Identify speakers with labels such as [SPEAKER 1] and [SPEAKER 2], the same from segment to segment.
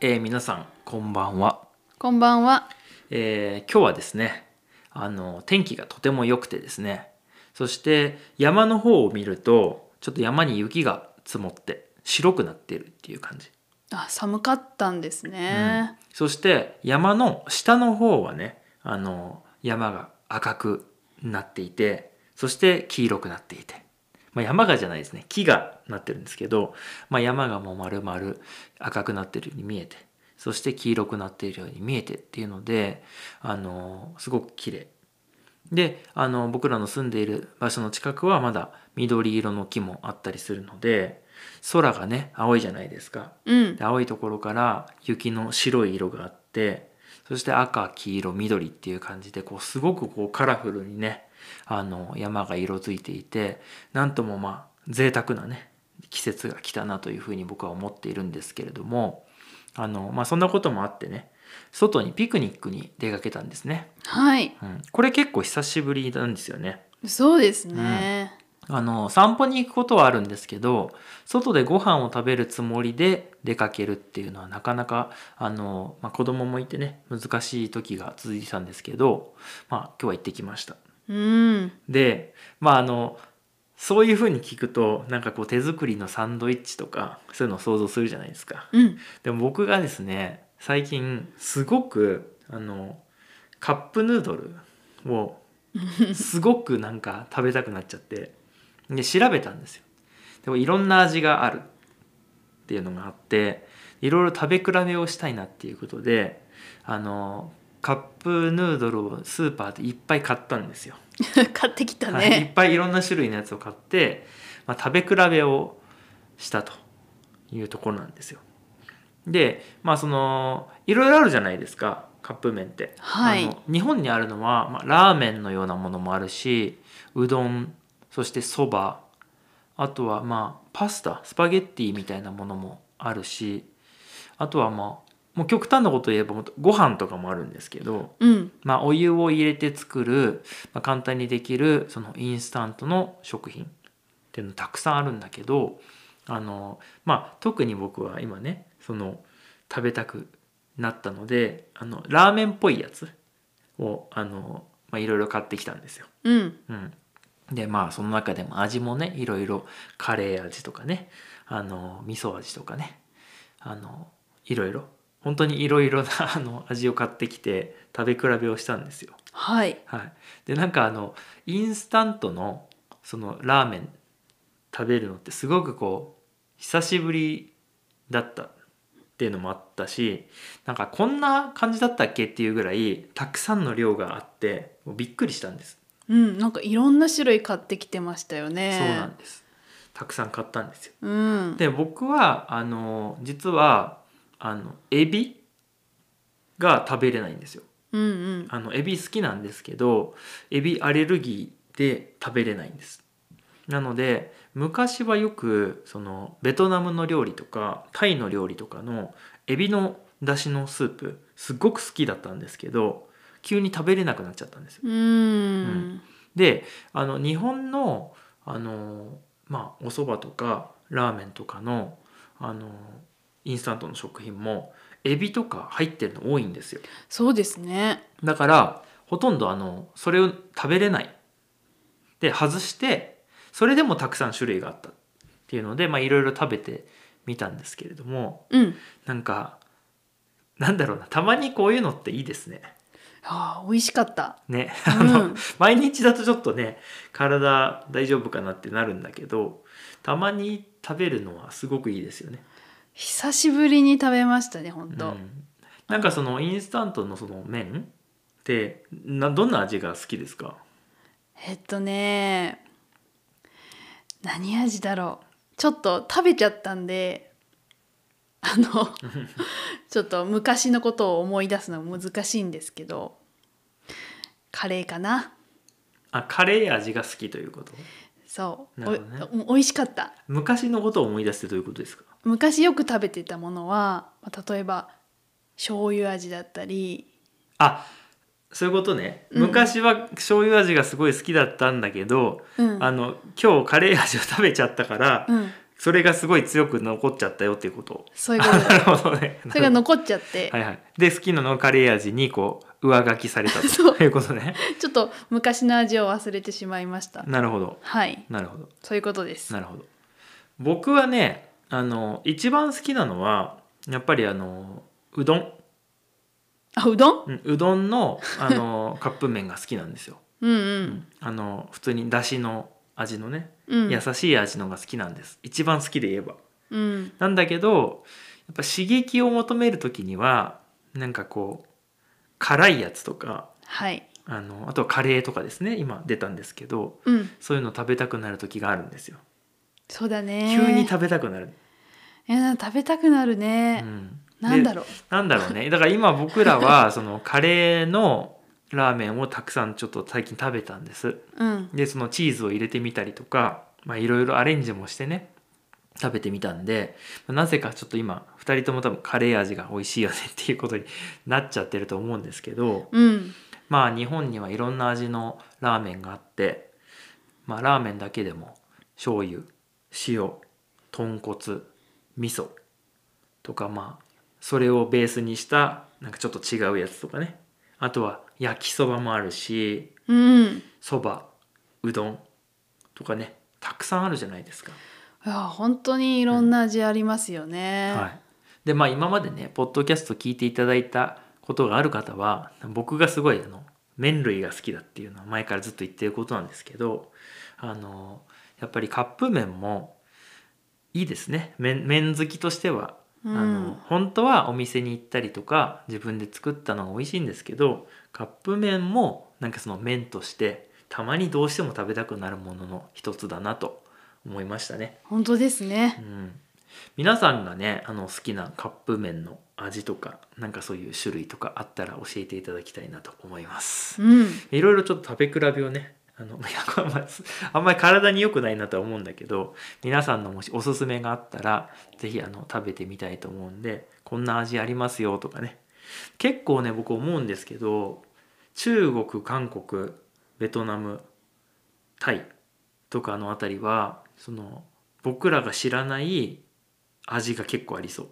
[SPEAKER 1] えー皆さんこんばんは、
[SPEAKER 2] こんばんは。
[SPEAKER 1] えー今日はですねあの天気がとても良くてですねそして山の方を見るとちょっと山に雪が積もって白くなっているっていう感じ、
[SPEAKER 2] あ、寒かったんです
[SPEAKER 1] うん
[SPEAKER 2] ね。
[SPEAKER 1] そして山の下の方はねあの山が赤くなっていてそして黄色くなっていて、まあ、山がじゃないですね木がなってるんですけど、まあ、山がもう丸々赤くなってるように見えてそして黄色くなっているように見えてっていうのであのすごく綺麗であの僕らの住んでいる場所の近くはまだ緑色の木もあったりするので空がね青いじゃないですか。
[SPEAKER 2] うん、
[SPEAKER 1] で青いところから雪の白い色があってそして赤黄色緑っていう感じでこうすごくこうカラフルにねあの山が色づいていてなんともまあ贅沢なね季節が来たなというふうに僕は思っているんですけれどもあの、まあ、そんなこともあってね外にピクニックに出かけたんですね、
[SPEAKER 2] はい、
[SPEAKER 1] うん、これ結構久しぶりなんですよね
[SPEAKER 2] そうですね。
[SPEAKER 1] あの散歩に行くことはあるんですけど外でご飯を食べるつもりで出かけるっていうのはなかなかあの、まあ、子供もいてね難しい時が続いてたんですけど、まあ、今日は行ってきました。
[SPEAKER 2] うん、
[SPEAKER 1] でまああのそういうふうに聞くとなんかこう手作りのサンドイッチとかそういうのを想像するじゃないですか。
[SPEAKER 2] うん、
[SPEAKER 1] でも僕がですね最近すごくあのカップヌードルをすごくなんか食べたくなっちゃってで調べたんですよでもいろんな味があるっていうのがあっていろいろ食べ比べをしたいなっていうことであのカップヌードルをスーパーでいっぱい買ったんですよ、
[SPEAKER 2] 買ってきた
[SPEAKER 1] はいいっ
[SPEAKER 2] ね。
[SPEAKER 1] ぱいいろんな種類のやつを買って、まあ、食べ比べをしたというところなんですよ。でまあそのいろいろあるじゃないですかカップ麺って。
[SPEAKER 2] はい
[SPEAKER 1] あの日本にあるのは、まあ、ラーメンのようなものもあるしうどんそしてそばあとはまあパスタスパゲッティみたいなものもあるしあとはまあもう極端なこと言えばもっとご飯とかもあるんですけど。
[SPEAKER 2] うん、
[SPEAKER 1] まあ、お湯を入れて作る、まあ、簡単にできるそのインスタントの食品っていうのたくさんあるんだけどあの、まあ、特に僕は今ねその食べたくなったのであのラーメンっぽいやつをあの、まあ、いろいろ買ってきたんですよ。
[SPEAKER 2] うん、
[SPEAKER 1] うん、でまあその中でも味もねいろいろカレー味とかねあの味噌味とかねあのいろいろ本当にいろいろな あの味を買ってきて食べ比べをしたんですよ。
[SPEAKER 2] はい、
[SPEAKER 1] はい、でなんかあのインスタントのそのラーメン食べるのってすごくこう久しぶりだったっていうのもあったしなんかこんな感じだったっけっていうぐらいたくさんの量があってもうびっくりしたんです。
[SPEAKER 2] うん、なんかいろんな種類買ってきてましたよね。
[SPEAKER 1] そうなんです。たくさん買ったんですよ。
[SPEAKER 2] うん、
[SPEAKER 1] で僕はあの実はあのエビが食べれないんですよ。
[SPEAKER 2] うん、うん、
[SPEAKER 1] あのエビ好きなんですけどエビアレルギーで食べれないんです。なので昔はよくそのベトナムの料理とかタイの料理とかのエビの出汁のスープすっごく好きだったんですけど急に食べれなくなっちゃったんですよ
[SPEAKER 2] うん、
[SPEAKER 1] であの日本のあの、まあ、お蕎麦とかラーメンとかのあのインスタントの食品もエビとか入ってるの多いんですよ
[SPEAKER 2] そうですね。
[SPEAKER 1] だからほとんどあのそれを食べれないで外してそれでもたくさん種類があったっていうのでまあいろいろ食べてみたんですけれども
[SPEAKER 2] うん、
[SPEAKER 1] なんかなんだろうなたまにこういうのっていいですね。
[SPEAKER 2] あー、美味しかった。
[SPEAKER 1] ね、
[SPEAKER 2] うん
[SPEAKER 1] あの、毎日だとちょっとね体大丈夫かなってなるんだけどたまに食べるのはすごくいいですよね。
[SPEAKER 2] 久しぶりに食べましたね、本
[SPEAKER 1] う
[SPEAKER 2] 当。
[SPEAKER 1] んなんかそのインスタントのその麺ってなどんな味が好きですか
[SPEAKER 2] えっとね何味だろうちょっと食べちゃったんであ のちょっと昔のことを思い出すのは難しいんですけどカレーかな
[SPEAKER 1] あカレー味が好きということ
[SPEAKER 2] そう、
[SPEAKER 1] なるほどね
[SPEAKER 2] おお美味しかった
[SPEAKER 1] 昔のことを思い出してということですか
[SPEAKER 2] 昔よく食べてたものはまあ例えば醤油味だったり
[SPEAKER 1] あそういうことね、
[SPEAKER 2] うん
[SPEAKER 1] 昔は醤油味がすごい好きだったんだけど、
[SPEAKER 2] うん
[SPEAKER 1] あの今日カレー味を食べちゃったから、
[SPEAKER 2] うん
[SPEAKER 1] それがすごい強く残っちゃったよっていうこと
[SPEAKER 2] そういうこと
[SPEAKER 1] な
[SPEAKER 2] で
[SPEAKER 1] るほどね
[SPEAKER 2] それが残っちゃって、
[SPEAKER 1] はいはいで好きなのカレー味にこう上書きされた
[SPEAKER 2] そう
[SPEAKER 1] ということね
[SPEAKER 2] ちょっと昔の味を忘れてしまいました
[SPEAKER 1] なるほど
[SPEAKER 2] はい
[SPEAKER 1] なるほど
[SPEAKER 2] そういうことです
[SPEAKER 1] なるほど僕はねあの一番好きなのはやっぱりあのうどん
[SPEAKER 2] あうどん
[SPEAKER 1] うんうどんのあ のカップ麺が好きなんですよ、
[SPEAKER 2] うん
[SPEAKER 1] うんあの普通にだしの味のね
[SPEAKER 2] うんうん
[SPEAKER 1] 優しい味のが好きなんです、一番好きで言えば
[SPEAKER 2] うん
[SPEAKER 1] なんだけどやっぱ刺激を求める時にはなんかこう辛いやつとか
[SPEAKER 2] はい
[SPEAKER 1] あのあとはカレーとかですね今出たんですけど
[SPEAKER 2] うん
[SPEAKER 1] そういうの食べたくなる時があるんですよ、
[SPEAKER 2] そうだね
[SPEAKER 1] 急に食べたくなる、
[SPEAKER 2] いや食べたくなるね
[SPEAKER 1] う、ん、
[SPEAKER 2] なんだ
[SPEAKER 1] ろ
[SPEAKER 2] ろう
[SPEAKER 1] うなんだろうねだから今僕らは そのカレーのラーメンをたくさんちょっと最近食べたんです
[SPEAKER 2] うん
[SPEAKER 1] でそのチーズを入れてみたりとかまあいろいろアレンジもしてね食べてみたんでまあなぜかちょっと今2人とも多分カレー味が美味しいよねっていうことになっちゃってると思うんですけど
[SPEAKER 2] うん
[SPEAKER 1] まあ日本にはいろんな味のラーメンがあってまあラーメンだけでも醤油塩豚骨味噌とかまあそれをベースにしたなんかちょっと違うやつとかねあとは焼きそばもあるし
[SPEAKER 2] うん
[SPEAKER 1] そばうどんとかねたくさんあるじゃないですか。
[SPEAKER 2] いや本当にいろんな味ありますよね、
[SPEAKER 1] はい、でまあ今までねポッドキャスト聞いていただいたことがある方は僕がすごいあの麺類が好きだっていうのは前からずっと言ってることなんですけどあのやっぱりカップ麺もいいですね麺麺好きとしては。
[SPEAKER 2] うん
[SPEAKER 1] あの本当はお店に行ったりとか自分で作ったのが美味しいんですけどカップ麺もなんかその麺としてたまにどうしても食べたくなるものの一つだなと思いましたね。
[SPEAKER 2] 本当ですね
[SPEAKER 1] うん、皆さんがねあの好きなカップ麺の味とかなんかそういう種類とかあったら教えていただきたいなと思います
[SPEAKER 2] うん
[SPEAKER 1] いろいろちょっと食べ比べをねあのいやあんまりあんまり体に良くないなとは思うんだけど皆さんのもしおすすめがあったら是非あの食べてみたいと思うんでこんな味ありますよとかね結構ね僕思うんですけど中国韓国ベトナムタイとかのあたりはその僕らが知らない味が結構ありそう、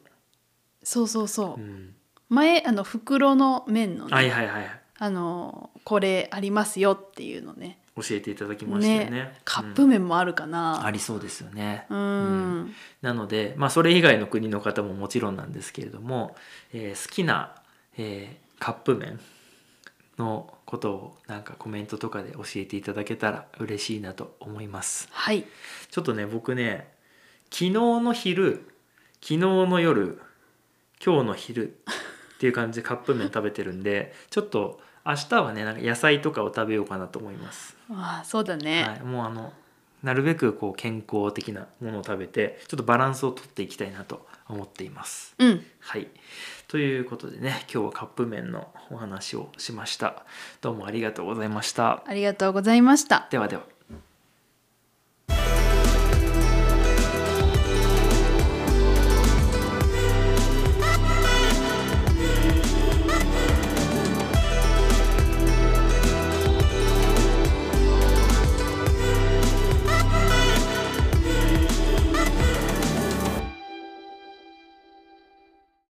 [SPEAKER 2] そうそうそうう、
[SPEAKER 1] ん、
[SPEAKER 2] 前あの袋の麺のね、
[SPEAKER 1] はいはいはい
[SPEAKER 2] あのこれありますよっていうのね
[SPEAKER 1] 教えていただきましたよね
[SPEAKER 2] カップ
[SPEAKER 1] うん
[SPEAKER 2] 麺もあるか
[SPEAKER 1] あ
[SPEAKER 2] な
[SPEAKER 1] りそうですよね
[SPEAKER 2] うん、
[SPEAKER 1] んなので、まあ、それ以外の国の方ももちろんなんですけれども、えー好きな、えーカップ麺のことをなんかコメントとかで教えていただけたら嬉しいなと思います
[SPEAKER 2] はい
[SPEAKER 1] ちょっとね僕ね昨日の昼昨日の夜今日の昼っていう感じでカップ麺食べてるんでちょっと明日はねなんか野菜とかを食べようかなと思います、
[SPEAKER 2] あーそうだね、
[SPEAKER 1] はい、もうあのなるべくこう健康的なものを食べてちょっとバランスをとっていきたいなと思っています
[SPEAKER 2] うん
[SPEAKER 1] はいということでね今日はカップ麺のお話をしましたどうもありがとうございました
[SPEAKER 2] ありがとうございました
[SPEAKER 1] ではでは